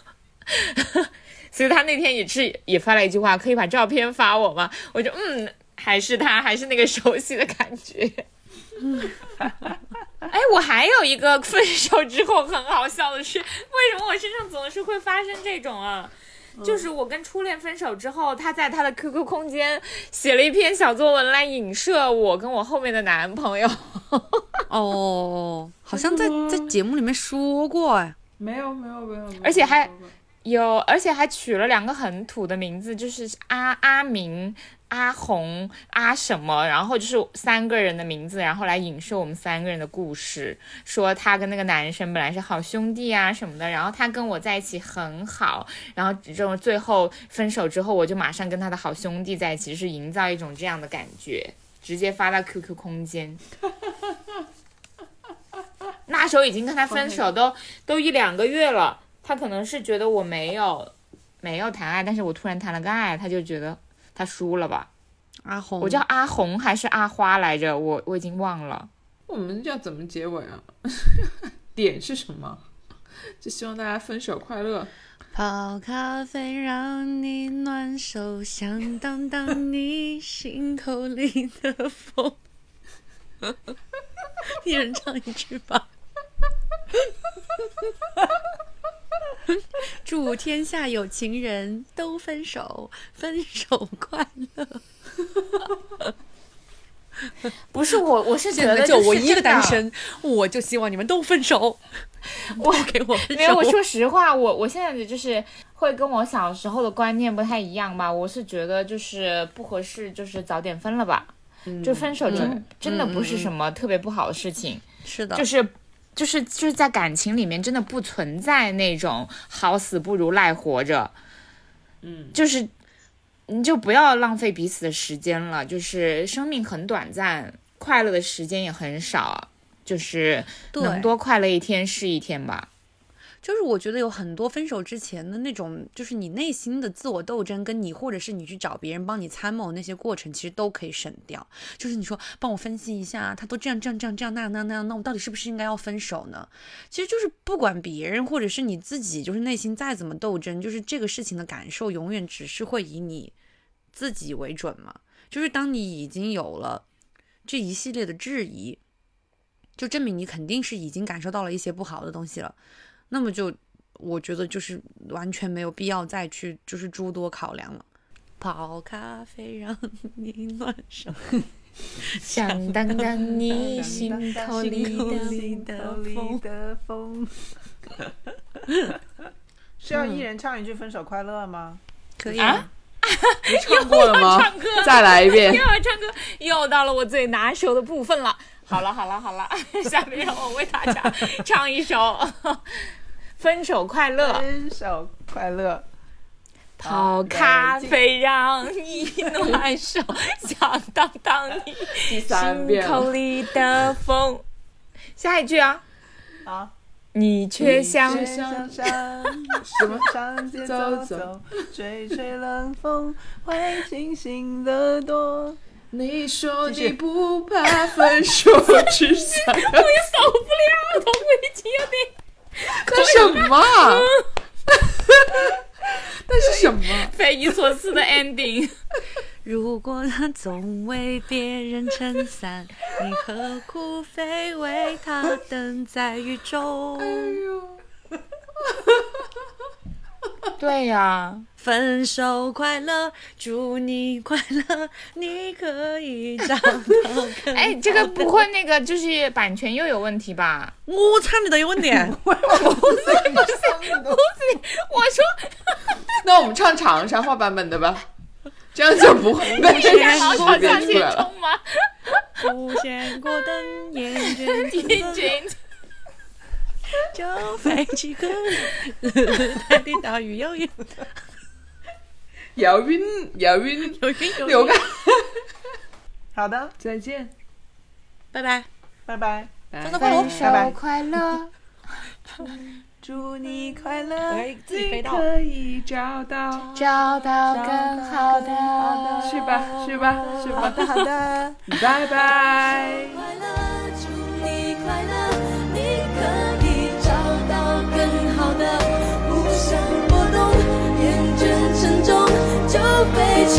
S2: 所以他那天也是也发了一句话，可以把照片发我吗？我就嗯，还是他，还是那个熟悉的感觉。 哎，我还有一个分手之后很好笑的是，为什么我身上总是会发生这种啊？就是我跟初恋分手之后，他在他的 QQ 空间写了一篇小作文来影射我跟我后面的男朋友。
S1: 哦，好像在
S3: 真的吗
S1: 在节目里面说过哎。
S3: 没有没有没有，没有
S2: 而且还
S3: 没有没有
S2: 有，而且还取了两个很土的名字，就是阿阿明、阿红、阿什么，然后就是三个人的名字，然后来影射我们三个人的故事，说他跟那个男生本来是好兄弟啊什么的，然后他跟我在一起很好，然后这种最后分手之后，我就马上跟他的好兄弟在一起，就是营造一种这样的感觉，直接发到 QQ 空间。那时候已经跟他分手都都一两个月了，他可能是觉得我没有没有谈爱，但是我突然谈了个爱，他就觉得他输了吧？
S1: 阿红，
S2: 我叫阿红还是阿花来着？我我已经忘了。
S3: 我们要怎么结尾啊？ 点是什么？就希望大家分手快乐。
S1: 泡咖啡让你暖手，想当当你心口里的风。 一人唱一句吧。 祝天下有情人都分手，分手快乐！
S2: 不是我，我是觉 得
S1: 就我
S2: 是
S1: 一个
S2: 真的
S1: 单，身，我就希望你们都分手，
S2: 我
S1: 都给我分
S2: 没有，
S1: 手
S2: 我。说实话，我我现在的就是会跟我小时候的观念不太一样吧。我是觉得就是不合适，就是早点分了吧。
S1: 嗯
S2: 就分手真、真的不是什么特别不好的事情，
S1: 是的，
S2: 就是就是就是在感情里面真的不存在那种好死不如赖活着，
S3: 嗯，
S2: 就是你就不要浪费彼此的时间了，就是生命很短暂，快乐的时间也很少，就是
S1: 对
S2: 能多快乐一天是一天吧。
S1: 就是我觉得有很多分手之前的那种，就是你内心的自我斗争，跟你或者是你去找别人帮你参谋那些过程，其实都可以省掉。就是你说帮我分析一下，他都这样这样这样这样那样那样那样，那我到底是不是应该要分手呢？其实就是不管别人或者是你自己，就是内心再怎么斗争，就是这个事情的感受永远只是会以你自己为准嘛。就是当你已经有了这一系列的质疑，就证明你肯定是已经感受到了一些不好的东西了。那么就我觉得就是完全没有必要再去就是诸多考量了。泡咖啡让你暖手，
S2: 想当当你心头里的。
S1: 里的风
S4: 的风， 是要
S2: 嗯
S4: 一人唱一句“分手快乐”吗？
S1: 可以
S2: 啊
S1: 啊？
S3: 你唱过了吗？再来一遍
S2: 又。要唱歌，又到了我最拿手的部分了。好了好了好了， 下面让我为大 家唱一首《分手快乐》。
S4: 分手快乐，
S2: 泡咖啡让你暖手，响当当你
S3: 第三
S2: 心
S3: 遍，
S2: 口里的风。下一句啊，
S4: 好。
S2: 你却像
S3: 你
S4: 山上什么上街走走，吹吹冷风会清醒得多。
S3: 你说
S4: 继续
S3: 你不怕分手，只想
S2: 我也受不了，同已经有点。
S3: 那什么啊？那是什么？
S2: 匪夷所思 的 ending，
S1: 如果他总为别人撑伞，你何苦非为他等在雨中？
S2: 对呀、
S1: 分手快乐，祝你快乐，你可以找到更
S2: 哎，这个不会那个就是版权又有问题吧？
S1: 我操你的有问题！
S2: 我说
S3: 那我们唱长沙话版本的吧，这样就不会被
S1: 是
S2: 大
S1: 好
S2: 佬
S1: 想
S2: 朝向
S3: 识别出
S2: 前
S3: 来了。
S2: 冲吗？
S1: 无限过灯，厌 倦自
S2: 一群
S1: 就飞几个，带你到雨悠悠
S3: 姚晕，姚晕，
S1: 有云有
S3: 流
S1: 云。
S3: 感。
S4: 好的，
S3: 再见，
S1: 拜拜，
S4: 拜拜，
S3: 拜
S1: 分手快乐！
S4: 拜拜
S2: 快乐，
S4: 祝你快乐，
S1: 哎自己飞到
S3: 可以找到。
S2: 找到
S4: 更好的
S3: 去吧，去吧，去
S4: 好
S3: 吧，
S4: 的好的。
S3: 拜拜。
S5: 快乐，祝你快乐，你可以找到更好的。不想波动，厌倦沉重，就飞去